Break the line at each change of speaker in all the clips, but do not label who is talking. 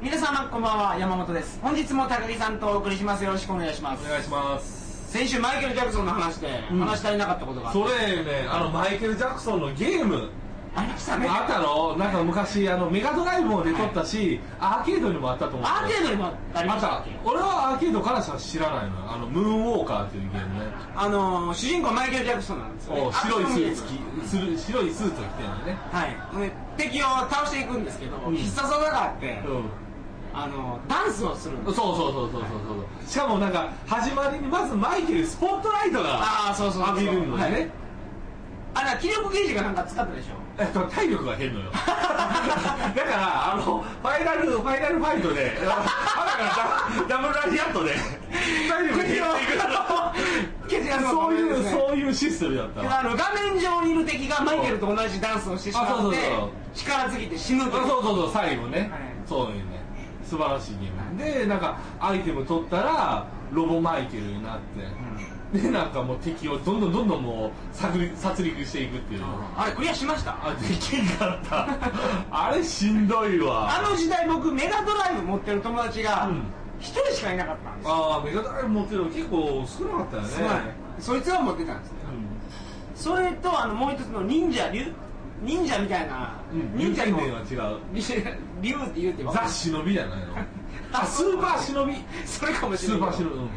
皆様こんばんは山本です本日も高木さんとお送りしますよろしくお願いしま
お
す
願いします
先週マイケル・ジャクソンの話で
うん
話し足りなかったことがあって
それねあのマイケル・ジャクソンのゲーム
ありましたね
あったのなんか昔あのメガドライブも出とったし、アーケードにもあったと思う
アーケードにもありま
あっ
したったけ
俺はアーケードからしか知らないのあのムーンウォーカーっていうゲームね
あのー主人公マイケル・ジャクソンなんですよね
お白いス
アク
ーツ
ションゲム
着する白いスーツを着てるのね
はいで敵を倒していくんですけど、
ん
必殺技があって、
うん
あのーダンスをするんで
そう
す
そうそうそうそうそうしかもなんか始まりにまずマイケルスポットライトが
ああそうそうそう
浴びるの
は
ね、
いあれは気力ゲージがなんか使ったでしょ
えっと、体力が減るのよ だからあのファイナルファイナルファイトで あだからダダブルラリアットで体力が減ってい
ケ
く
チなの
そうい
ケ
う
チなの
そういうシステムだったわ
あの画面上にいる敵がマイケルと同じダンスをしてし
あそ
まっ
う
て
そうそう
力尽きて死ぬと
そうそうそう最後ね、
はい
そういうね素晴らしいゲームでなんかアイテム取ったらロボマイケルになって、でなんかもう敵をどんどんどんどんもう殺戮殺戮していくっていう、
あれクリアしました
あできんかったあれしんどいわ
あの時代僕メガドライブ持ってる友達が
うん
一人しかいなかったんですよ、
ああメガドライブ持ってるの結構少なかったよね
すごいそいつが持ってたんですねそれとあのもう一つの忍者竜忍者みたいな、
うん、うん、
忍
忍
者
者
の
は違う
竜って言うって分か
ザ・
る
忍びじゃないの あスーパー忍び
それかもし
ス
れ
ーパ
な
ー
いけ
忍
ど
び、うん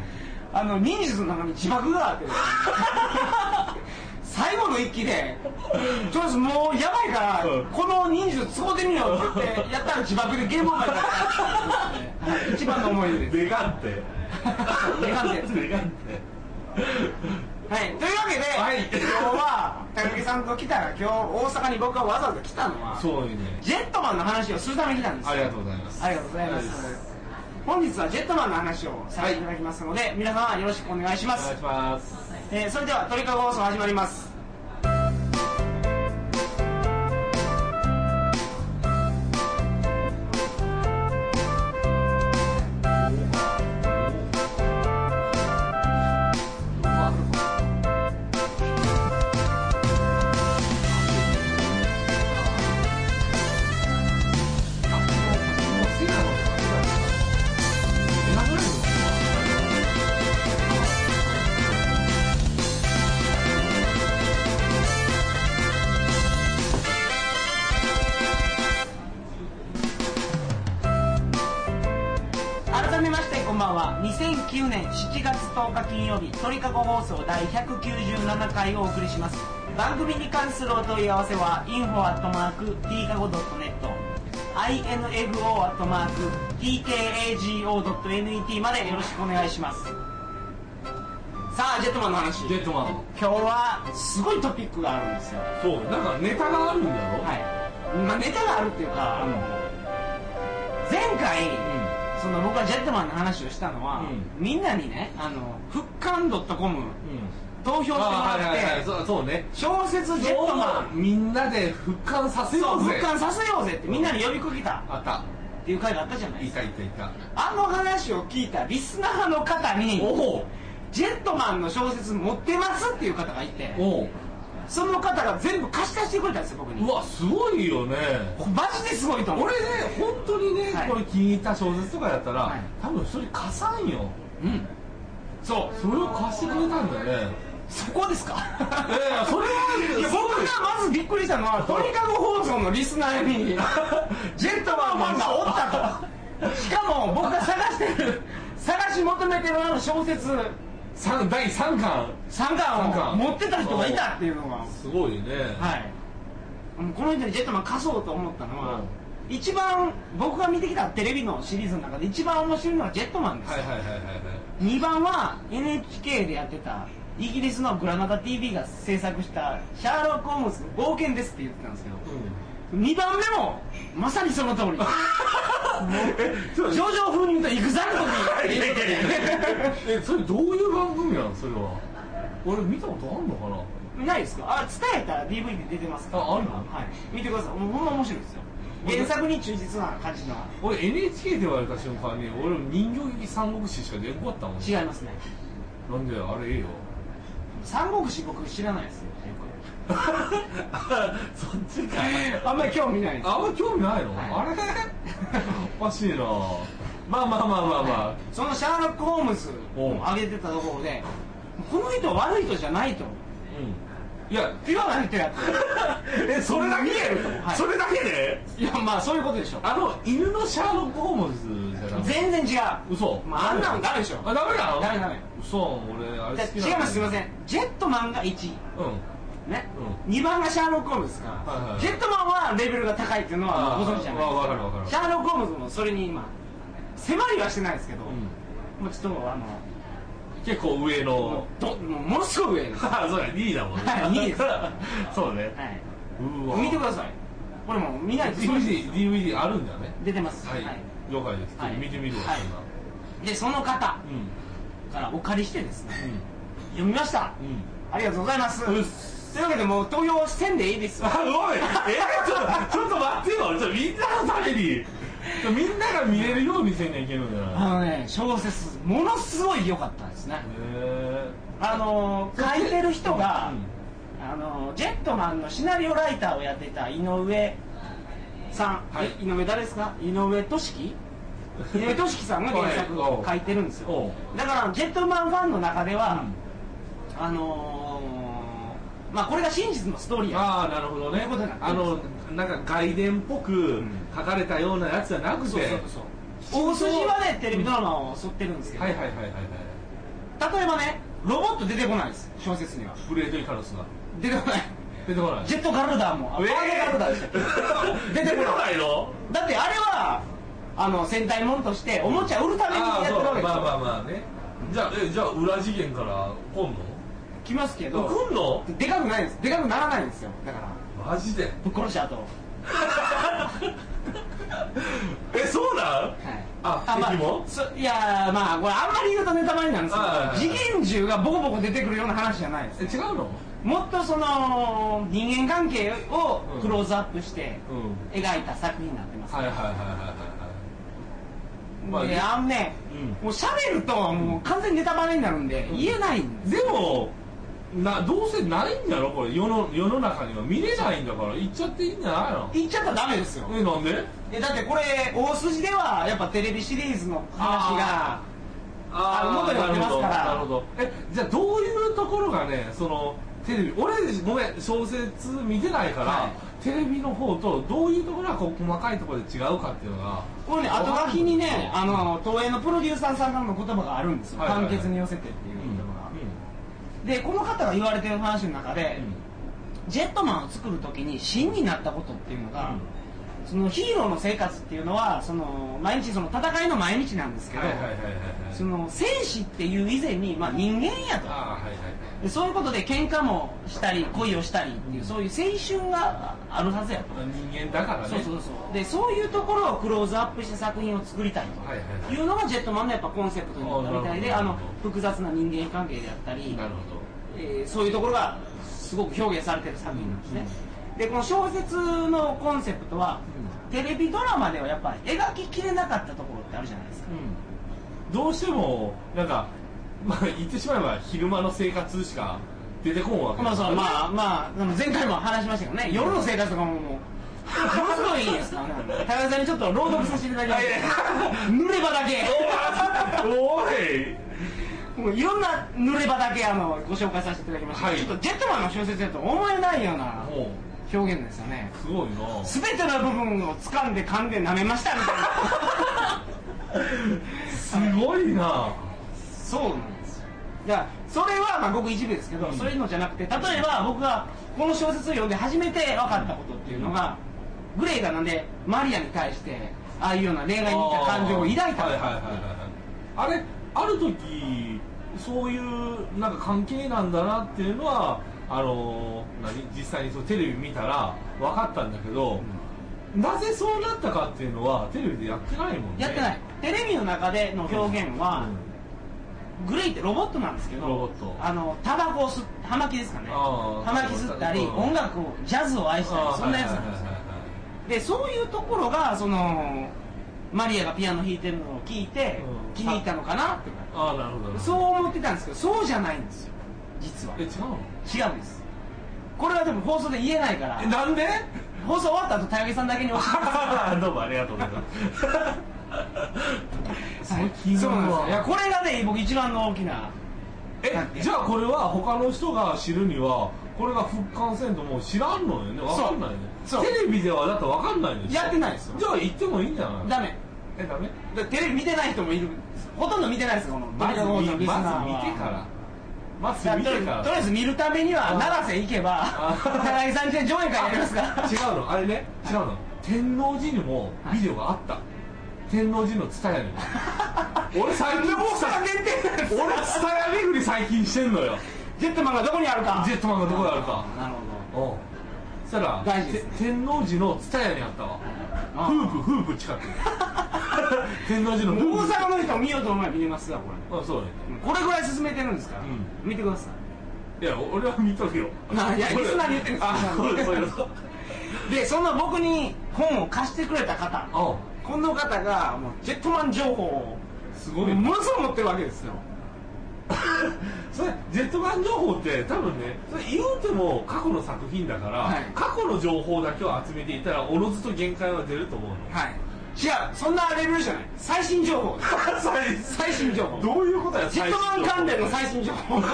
あの忍術の中に自爆があって 最後の一機で「とりあえずもうやばいから、
うん
この忍術使うてみよ」って言ってやったら自爆でゲームオーバーになったっていう ね一番の思い出です
デカンテ
デカンテ
デカン
はい、というわけで、
はい
今日は高木さんと来たら今日大阪に僕がわざわざ来たのは
テそういうね
ジェットマンの話をするために来たんですよ
ありがとうございます
ありがとうございます本日はジェットマンの話をさせていただきますので、皆様よろしくお願いしま
お
す
願いします
えーそれではトリカゴ放送始まります改めましてこんばんは2009年7月10日金曜日鳥かご放送第197回をお送りします番組に関するお問い合わせは info.tkago.net info.tkago.net までよろしくお願いしますさあジェットマンの話
ジ
今
ェットマン
日はすごいトピックがあるんですよ
そうなんかネタがあるんだろ
はいまあネタがあるっていうか、あの前回、その僕がジェットマンの話をしたのは、
う
みんなにねあの復刊 .com
うんうん
投票してもらって、
あーはいはいはいそうそうね
小説ジェットマン
みんなで復活させよ
そう
うぜ
復刊させようぜってみんなに呼びかけた
あった
っていう回があったじゃない
い
ですか
たいたいた
あの話を聞いたリスナーの方に
お
ジェットマンの小説持ってますっていう方がいて
おお
その方が全部貸し出してくれたんですよ僕に
うわすごいよね
マジですごいと思う
俺ね本当にね、
はい
これ気に入った小説とかやったら、
はい
多分それ貸さんよ
うん
そうそれを貸してくれたんだよね
そこですか
いやいやそれはい
や僕がまずびっくりしたのは、鳥かご放送のリスナー に、ジェットマンファンがおったと、しかも僕が探してる、探し求めてるあの小説、
三第3巻
三
三
巻を
巻
持ってた人がいたっていうのが、
すごいね、
はい、この人にジェットマン貸そうと思ったのは
うん、
一番僕が見てきたテレビのシリーズの中で、一番面白いのはジェットマンです
はい、はいはいはいはい
2番は NHK でやってた、イギリスのグラナダ TV が制作した、シャーロック・ホームズの冒険ですって言ってたんですけど。2番目もまさにその通 り上々風
うん
に言うとイグザルトに言うことで
えそれどういう番組なんそれは俺見たことあんのかな
ないですかあ伝えたら DV で出てますから
ああるの
はい、見てくださいもうほんま面白いですよ原作に忠実な感じの
俺 NHK で言われた瞬間に俺人形劇三国志しか出んかったもん
違いますね
なんであ れええよ
三国志僕知らないですよ
そっちか
あんまり興味ないです
あんま興味ないの、
はい
あれ おかしいなまあまあまあまあまあ
そのシャーロック・ホームズを挙げてたところでこの人は悪い人じゃないと
うんいや
ピュアな人やっ
えそれだけ
見えるとはい
それだけで
ていやまあそういうことでしょ
あの犬のシャーロック・ホームズじゃなくて
全然違う
嘘
まああんなのダメでしょ
あダメなの
ダメダメ
嘘俺あれ
じゃ
好きな
違いますすいませ
ん
んジェットマンが1
うん
ね、二2番がシャーロック・ホームズですから、
はいはい
ジェットマンはレベルが高いっていうのはまあご存知じゃない
あーわかるわかる
シャーロック・ホームズもそれに今迫りはしてないですけど、
うん
もうちょっとあの
結構上
も
の
うどもうものすごく上です、は
あ そうや2位だもんね
はい二位です
そうねうわ
い、見てくださいこれもう見ないとすごいです
DVD, DVD あるんだね
出てます、
はい、了解です、ちょっと見てみるわ、
はい
そんな
でその方か
うん
らお借りしてですね読みました
うんうん
ありがとうございますと
う
い
っ
うわけでもう投票せんでいいですよ
あおいえ ー、ちょっとちょっと待ってよちょっとみんなのためにちょみんなが見れるようにせんにゃいけるんだ
あ
な
のね小説ものすごい良かったですね
へ
あのー書いてる人が、
うん
あのージェットマンのシナリオライターをやってた井上さん、
はい
え井上誰ですか井上俊樹井上俊樹さんが原作を書いてるんです
お
よ
う
だからジェットマンファンの中では、
う
あのーまあこれが真実のストーリー
ん
や
ああなるほどね
そういうことになってる
あのなんか外伝っぽく
ん
書かれたようなやつじゃなくて、
そうそうそう大筋はねテレビドラマを襲ってるんですけど、
はいはいはいはいはい
例えばねロボット出てこないです小説には
プレートイカロスが
出てこない
出てこない
ジェットガルダーもあ
えー
ワールドガルダーでしたっけ出てこない
いの
だってあれはあの戦隊ものとしておもちゃ売るためにや
あ
っ
あ
てる
そう
わけですよ、
まあまあまあねじゃあえじゃあ裏次元から来んの
来ますけど
来んの
でかくないですでかくならないんですよだから
マジで
ぶっ殺した後はい
えそうなんあ
ま
敵も
そいやーまあこれあんまり言うとネタバレになるんです
はいはいはい
けど次元銃がボコボコ出てくるような話じゃないです
え違うの
もっとその人間関係をクローズアップして
う
描
ん
いた作品になってます、
はいはいはいはいはいはい
で
まあ
あのね、
う
もう喋るともう完全にネタバレになるんで言えないんです
でもなどうせないんだろこれ世の世の中には見れないんだから行っちゃっていいんじゃないの
言っちゃったらダメですよ
えなんで
えだってこれ大筋ではやっぱテレビシリーズの話が
あ
あ元になってますから
なるほどなるほどえじゃあどういうところがねそのテレビ俺ごめん小説見てないから、
は
テレビの方とどういうところがこう細かいところで違うかっていうのが
これね後書きにねあの東映のプロデューサーさんからの言葉があるんですよ、
はいはいはい
簡潔に寄せてっていううん言葉が、でこの方が言われてる話の中で、ジェットマンを作る時に真になったことっていうのが、そのヒーローの生活っていうのはその毎日その戦いの毎日なんですけど、
はいはいはいはいはい
その戦士っていう以前に、まあ、人間やと
ああはいはい
でそういうことで喧嘩もしたり恋をしたりっていう、
うん
そういう青春があるはずやと
人間だからね
そうそうそうでそういうところをクローズアップして作品を作りたい
はいはいは
と
い
いうのがジェットマンのやっぱコンセプトになったみたいで
あ
あ
なるほ
の
ど
複雑な人間関係であったり
なるほど
えーそういうところがすごく表現されてる作品なんですね、でこの小説のコンセプトは、テレビドラマではやっぱり描ききれなかったところってあるじゃないですか
うんどうしてもなんかまあ言ってしまえば昼間の生活しか出てこんわけ
まあそう
あ
まあまああの前回も話しましたけどね夜の生活とかももうものすごいいいですからね高田さんにちょっと朗読させていただきま
いやい
す濡れ場だ
おい
けもういろんな濡れ場だけあのご紹介させていただきました、
はい
ちょっとジェットマンの小説だと思えないような
も
表現ですよね
うすごいな
全ての部分を掴んで噛んで舐めましたみたいな
すごいな
そうなんですよだからそれはまあごく一部ですけど、
うん
そういうのじゃなくて例えば僕がこの小説を読んで初めて分かったことっていうのが、グレイがなんでマリアに対してああいうような恋愛に似た感情を抱いたのか
はいはいはいはいあれある時そういうなんか関係なんだなっていうのはあの何実際にそうテレビ見たら分かったんだけど、なぜそうなったかっていうのはテレビでやってないもんね
やってないテレビの中での表現は、グレイってロボットなんですけど
ロボット
あのタバコを吸っ葉巻ですかね
あ
葉
あ
巻吸ったり
うん
音楽をジャズを愛したりそんなやつなんですよでそういうところがそのマリアがピアノ弾いてるのを聞いて、
うん
気に入ったのかなって
ああなるほど
そう思ってたんですけどそうじゃないんですよ実は
え違うの
違うんですこれはでも放送で言えないから
えなんで
放送終わった後たやげさんだけに教えてください
どうもありがとうございます。
はい
最近は
そうなんですよいやこれがね僕一番の大きなだって
え、じゃあこれは他の人が知るには、これが復刊せんともう知らんのよね。わかんないね。
そう
テレビではだってわかんないでしょ。
やってないですよ
じゃあ行ってもいいんじゃない
ダメ
え、ダメ
だテレビ見てない人もいるほとんど見てないですよこの
まず
ドリカゴ
見
ーの
まず見
リ
て
スナーは
から。まず
だ
見
とり
てから。
とりあえず見るためには
あ
奈良瀬行けば
あ
高木さんちで上映会やりますから
違うのあれね違うの天王寺にもビデオがあった、天王寺の蔦屋 にも俺最近
僕さん限定なんです
俺蔦屋巡り最近してんのよ
ジェットマンがどこにあるか
ジェットマンがどこにあるか
なるほ
おそしたら、
大事です
て天王寺の蔦屋にあったわ
あ
フープフープ 近く天王寺のフ
ど大
ープ
阪の人も見ようと思えば見れますわこ
あそうね
れこれぐらい進めてるんですから、
うん
見てください
いや俺は見とるよ
あいやリスナーに言ってる
あそうそ ういうこと
でそんな僕に本を貸してくれた方
あ
この方がもうジェットマン情報を
す
も
ごいね
のすごい持ってるわけですよ
それジェットマン情報って多分ねそれ言うても過去の作品だから、
はい
過去の情報だけを集めていたらおのずと限界は出ると思うの
はい違うそんなレベルじゃない最新情報最新情報
どういうことや
ジェットマン関連の最新情報例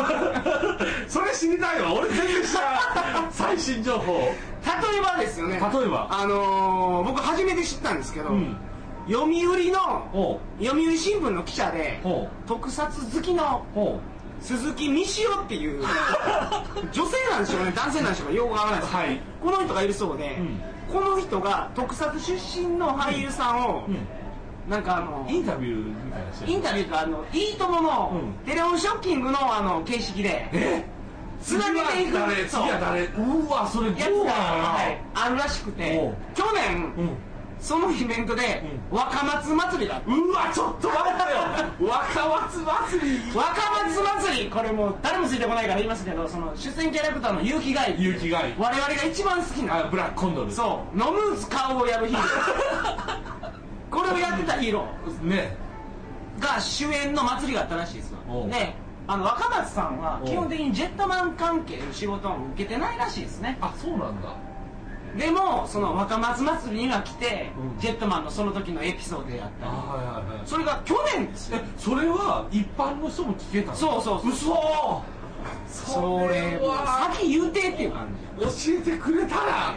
それ知りたいわ俺全然知らん最新情報
えばですよね
例えば
あのー僕初めて知ったんですけど、
うん
読売の
おう
読売新聞の記者で
ほう
特撮好きの
ほ
鈴木美代って いう女性なんでしょうね男性なんでしょうかよくわからないです、
はい
この人がいるそうで、
うん
この人が特撮出身の俳優さんを、
う、
なんかあの
インタビューみたいなして
インタビューとかあの「いいとも!」の、
うん
テレフォンショッキングのあの形式で
え
つなげていく
次は誰
そう
次は誰うわそれ
やつ
どう
が、
や
はい、あるらしく
お
て
う
去年、
な、うん
そのイベントで、
う
若松祭りがあった
うわちょっと待ってよ若松祭り
若松祭りこれもう誰もついてこないから言いますけどその出演キャラクターの結城外
結城外
我々が一番好きな
あブラックコンドル
そう飲む使うをやるヒーロー これをやってたヒーロ
ね
ーが主演の祭りがあったらしいです
お
わ
う
であの若松さんは
おう
基本的にジェットマン関係の仕事を受けてないらしいですね
あそうなんだ
でもその若松祭りには来て、
うん
ジェットマンのその時のエピソードであった
あ
り
はいはいはい
それが去年ですよ
えそれは一般の人も聞けたの
そうそうそう
嘘
それもう
は
先言うてっていう感じ
教えてくれたら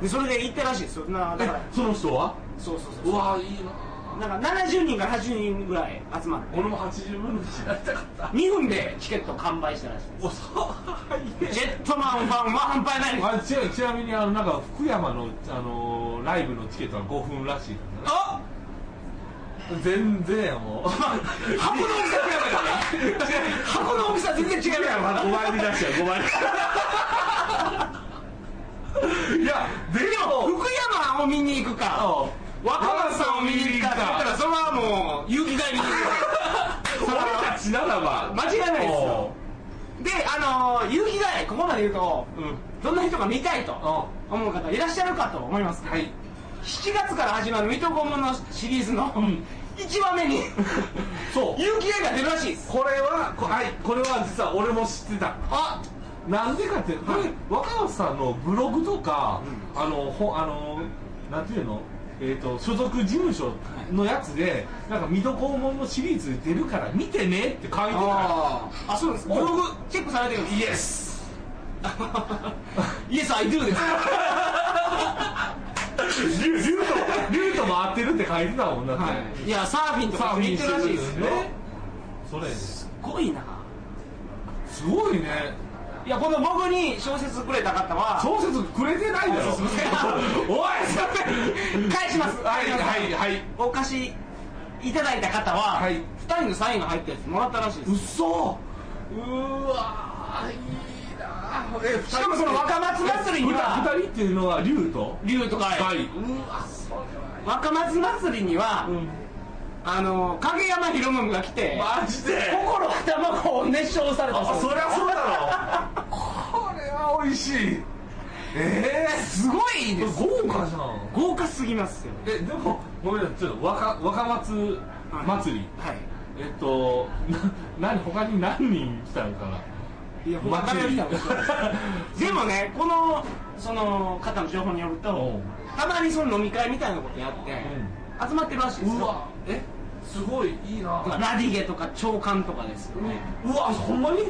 でそれで行ったらしいですよなだから
えその人は
そうそうそうそ
う
う
わいいな
なんか70人から80人ぐらい集まって
俺も80分の1になりたかった
2分でチケット完売したらしいです
おそういいね
ジェットマンファンは半端ない
あれちなちなみにあのなんか福山の、あのーライブのチケットは5分らしいからね
あ
全然もう 箱
箱の大きさ違うやろ箱の大きさ全然違うやろまだ
5倍に出しちゃう5倍いやでも
福山を見に行くか若松さんを見に行くかって言ったらそれはもう勇気帰りに行く それ
俺
は
たちならば
間違いないですよであのー勇気帰りここまで言うと
おううん
どんな人が見たいと思う方いらっしゃるかと思いますけど
はい
7月から始まる水戸黄門のシリーズの
ん
1話目 に
そう
勇気帰りが出るらしいです
これはこ,、はい、これは実は俺も知ってた
あ
なんでかってこれ若松さんのブログとか、あのほあのなんていうのえー、と所属事務所のやつで、なんか水戸黄門のシリーズ出るから見てねって書いてた
あーあそうですブログチェックされてるんです
イエス
イ エスアイドゥです
ルートルート回ってるって書いてたもんだって、
はい、いやサーフィンとか見てるらしいですよ
それす
すごいな
ごいね
いやこの僕に小説くれた方は
小説くれてないだろ
あそうそう
おいそれ
返します
はいはいはい
お貸しいただいた方は、
はい
2人のサインが入ったやつもらったらしいで
う
す
そうーわーいいなーえ
しかもその若松祭りには
2人っていうのは竜と
竜とか、
はいう
わそれは若松祭りには、あの影山博信が来て、
マジで
心が卵を熱唱された
あ
そう
そ
で
りゃそうだろこれは美味しいえ
すすごい
え
です
豪華じゃん
豪華すぎますよ
えでもごめんなさいちょっと若若松祭り
はい
えっとな何他に何人来たのかない
や他に
祭り
来たんですよでもねこのその方の情報による
う
と
ん
たまにその飲み会みたいなことやって、集まってるらしいです
う
よ
わえすごいいいな
だからラディゲとか長官とかですよね、
うわほんまに
はい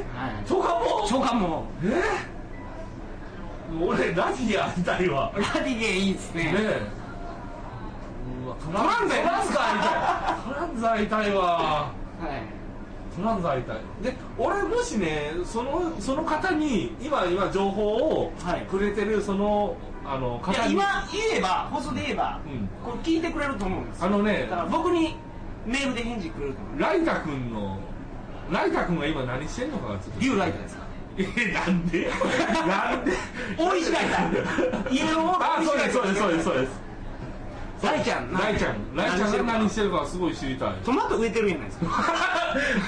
長官も
長官も
えー、俺ラジやりたい わ
ラディゲいいですね
ねえうわト
ランザ
トランザ会いたいトランザ会いたいわ
はい
トランザ会いたいで俺もしねそのその方に今今情報を
はい
くれてるその、あの
いや
方に
今言えば放送で言えば、
うん
これ聞いてくれると思うんですよ
あのね
だから僕にメールで返事くれると思う
ライタ君のライタ君が今何してんのかがちょっと
リュウライタですか
えなんで なんで
大石ライタ家の大
あ
石
そう
ラ
で
イ
す
タ
そうですそうですそうです
ライちゃん
ライちゃんライちゃんが何してるかすごい知 りたい
トマト植えてるじゃないですか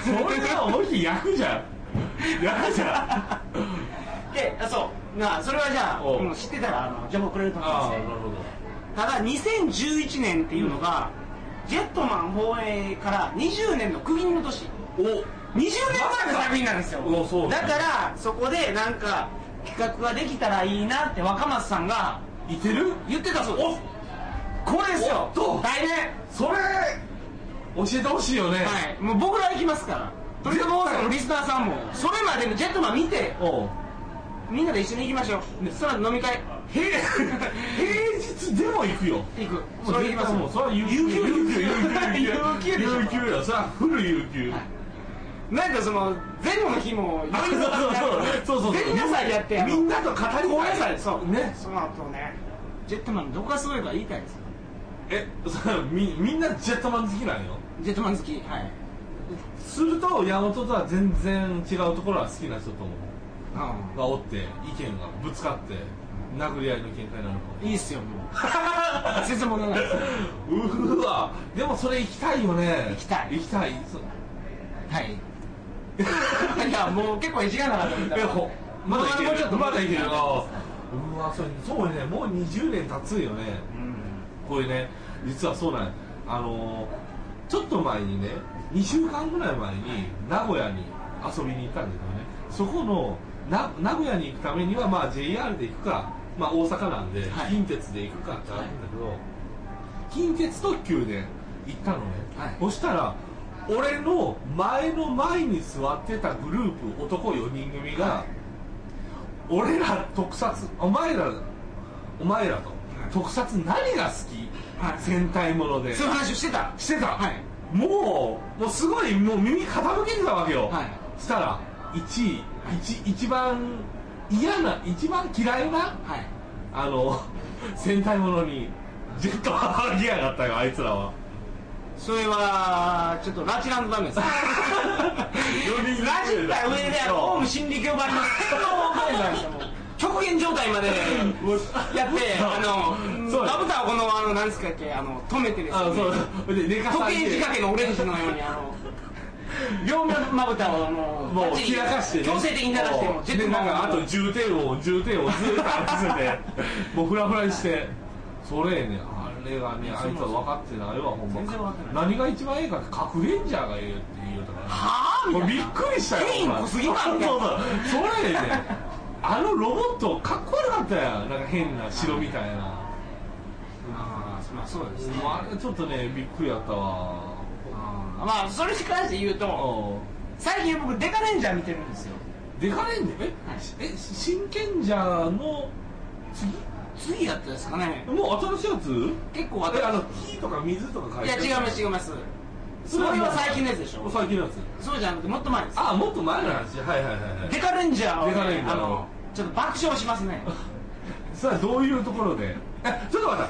それは思いっきり焼くじゃん焼 くじゃん
であそうなあそれはじゃあ
おう
もう知ってたらあの情報くれると思
ああ
う
なんる
です
ほど
ただ2011年っていうのが、ジェットマン放映から20年の区切りの年
お
20年前の作品なんですよ、
おそう
だからそこでなんか企画ができたらいいなって若松さんが
いてる
言ってたそうで
お
すこれですよ
おっと
来年
それ教えてほしいよね、
はいもう僕ら行きますから鳥かご放送のリスナーさんもそれまでにジェットマン見て
おう
みんなで一緒に行きましょうでその後飲み会
へ 平日でも行くよ
行くそれ行きます
もうそれは有
有給
有
有
給
給
有給
有給でしょ
有給よそれはフル有給
なんかその前後の日も
あそうそうそうそうそうそう
前夜祭やってあの
みんなと語りたい
後夜祭そう
ね
その後ねジェットマンどこがすごいか言いたいですよ
えそれみみんなジェットマン好きなんよ
ジェットマン好きはい
すると山本とは全然違うところは好きな人とも
う
がおって意見がぶつかって殴り合いの喧嘩になるか
ん
も
いいっすよもう説もないです
うーわでもそれ行きたいよね行
きたい
行きたいそう
はいいやもう結構時間なかったみたい
え
な
ほまだいける
もうちょっと
まだいけるあーうわそれそうねもう20年経つよね
うん
これね実はそうなんやあのーちょっと前にね2週間ぐらい前に名古屋に遊びに行ったんだけどねそこのな名古屋に行くためにはまあ JR で行くか、まあ、大阪なんで、
はい
近鉄で行くかってあるんだけど、近鉄特急で行ったのね、
はい
そしたら俺の前の前に座ってたグループ男4人組が、俺ら特撮お前らお前らと特撮何が好き、
はい
戦隊もので
そういう話をしてた
してた、
はい
もうもうすごいもう耳傾けてたわけよ、
はい
したら1位一一番嫌な一番嫌いな
はい
あの戦隊ものにジェットはぎやがったよあいつらは
それはちょっと拉致らんのダメですラジった上で オウム真理教ばりの極限状態までや ってあ
そう
のラブタはこのあのなんですかっけあの止めてです
あ
ね
そうで寝かさ
時
れ
計
て
仕掛けのオレンジのようにあの 両目まぶたをもう
もう
パチリ
開かして、ね、
強制的に鳴らしてもう
でなんかあと重点を重点をずっと合わ せてもうフラフラにしてそれねあれがねあいつは分かってないわほんま
全然分かってない
何が一番ええかって核レンジャーがええって言うたから
はあみ
も
た
う
いな
びっくりしたよ
ケイン濃すぎた
そ
み
う
たい
そう
な
そうそれねあのロボットかっこ悪かったやんなんか変な城みたいな
あーまあそうですね
もうあれちょっとねびっくりやったわ
あーまあそれに関して言うと
う
最近僕デカレンジャー見てるんですよ
んデカレンジャーえしえ真剣じゃーの次
次やったですかね
もう新しいやつ
結構
あ
私
であの火とか水とか
い
書
や
いて
違います違い
い
ますそれは最近のやつでしょ
最近のやつ
そうじゃなくてもっと前です
あもっと前の話はいはいはいはい
デカレンジャーはね
デカレンジャー
あのちょっと爆笑しますね
それはどういうところでえちょっと待っ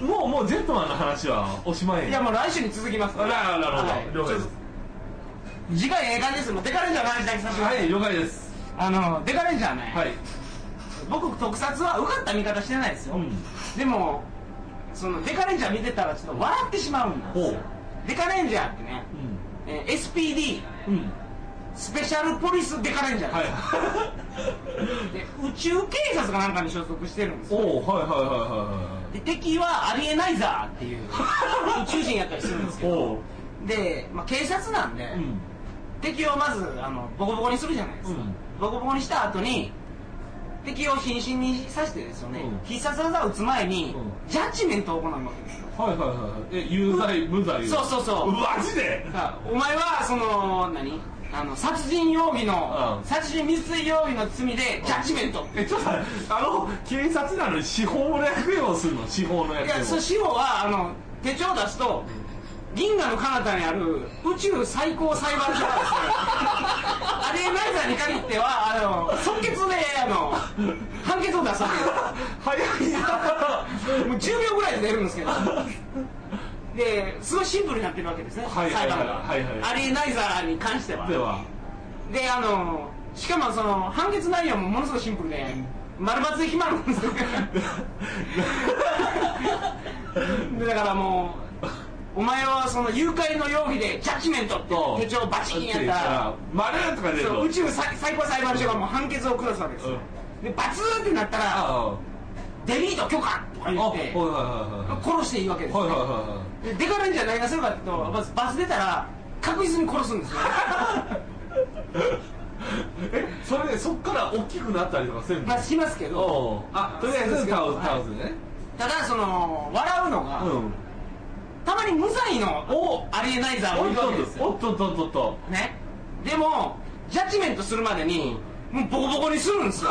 たもうもうジェットマンの話はおしまい
いやもう来週に続きます
あなるほど
は
ないるほど了解
ちょっと次回ええ感じですもうデカレンジャーの話だけさせてくだ
は
さい
い了解です
あのデカレンジャーね、
はい
僕特撮は受かった見方してないですよ、
うん
でもそのデカレンジャー見てたらちょっと笑ってしまうんです
ほ
よ
う
デカレンジャーってね、えー SPD
うんうん
スペシャルポリスデカレンジャー
は
で
い
す、で宇宙警察かなんかに所属してるんです
お
よ
おはいはいは
で敵はアリエナイザーって いう宇宙人やったりするんです
いはいはい
けど
おう
で、まあ、警察なんで、
うん
敵をまずあのボコボコにするじゃないですか、
うん
ボコボコにした後に敵を瀕死にさせてですよね、
うん
必殺技を打つ前に、
う
ジャッジメントを行うわけですよ
はいはいはいえ有罪無罪を
そうそうそう
マジで
あお前はその何あの殺人容疑の、
うん
殺人未遂容疑の罪でジャッジメント、
えちょっと待ってあの警察なのに司法の役目をするの司法の役
い
目を
やそ司法はあの手帳を出すと銀河の彼方にある宇宙最高裁判 所なんですよあれナイザーに限ってはあの即決であの判決を出すわ
早いな
けですもう10秒ぐらいで出るんですけどですごいシンプルになってるわけですね、
はいはいは
裁
い
判が、
はいはい
あれナイザーに関しては
では
であのしかもその判決内容もものすごいシンプルで丸抜で決まるんです よで だからもうお前はその誘拐の容疑でジャッジメント
と
って手帳バチンやったら
丸とか出る
そ
の
う宇宙最最高裁判所がもう判決を下すわけですよ、でバツーってなったら
あ
デリート許可とか
あ
言
あ
っ
はい
て
は
殺していいわけで
い
すよ
はいはいはいはいはい
でデカレンジャー何がするかっていうとまずバス出たら確実に殺すん ですよ
えそれでそっから大きくなったりとかするん
ま
だ
あしますけど
おうあとりあえず倒す
はい
倒すね
ただその笑うのが、
うん
たまに無罪の
お
ありえないザーも
お
い
っ
るわ
と
けです
お
よ
っとっとっとっと
ねでもジャッジメントするまでにもうボコボコにするんです よ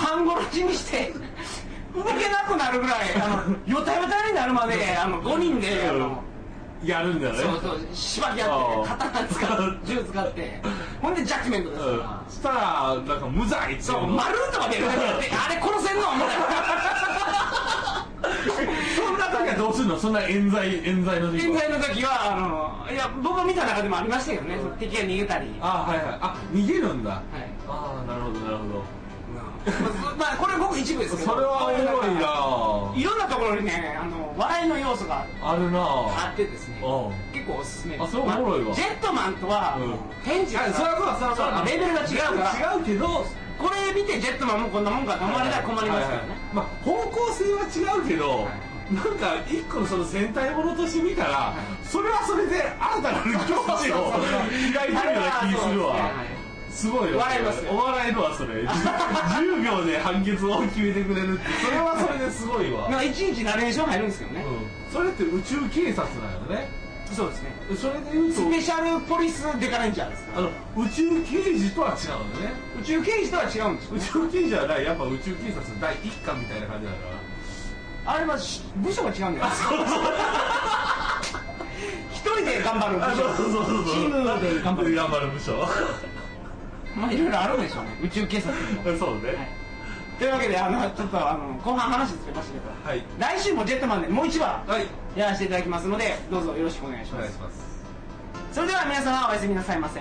半殺しにして動けなくなるぐらいあのよたよたになるまであの5人であの
やるんだよね
そうそうしばき合って刀使う銃使ってほんでジャッジメントですか
うん
ら、
したらなんか無罪ってい
そう
の
丸とか出るだけやってあれ殺せ んのみたい
そんな時はどうするのそんな冤罪冤罪の時
な現
は
在の時はあのいや僕が見た中でもありましたけどね敵が逃げたり
あはいはいあ逃げるんだ、
い
ああなるほどなるほ
まあまあこれごく一部です
ど
けど
それはおもろい
いろんなところにねあの笑いの要素が
なあるな
あってですね
うん
結構おすすめ
あそれおもろいわ
ジェットマンとは、
うん
天竺
あそれはそうだそれはそう
レ
だ
ベルが違うから
違うけど
これ見てジェットマンもこんなもんかと思われたら困りますけど
はいは
ね
いまあ、方向性は違うけど、なんか一個のその戦隊ものとして見たら、それはそれで新たなる境地を 開いてるような気するわ
はいはい
すごいよ
笑いますよ
お笑えるわそれ10秒で判決を決めてくれるってそれはそれですごいわ、
なんかいちいちナレーション入るんですけどね、
うんそれって宇宙警察なのね
そうですね
それで言うと
スペシャルポリスデカレンジャーですか
あ
ら
の宇宙刑事とは違うんだよね
宇宙刑事とは違うんですよ
宇宙刑事はないやっぱ宇宙警察の第一巻みたいな感じだから
あれはし部署が違うんじゃないです か一人で頑張る部署チームで頑張る
頑張る部署
まあいろいろあるんでしょうね宇宙警察にも、はい、
そうね
というわけであのちょっとあの後半話つけましたけど、
はい
来週もジェットマンでもう一話
はい
やらせていただきますのでどうぞよろしくお願いし
お
ま
願い
す
します
それでは皆様おやすみなさいませ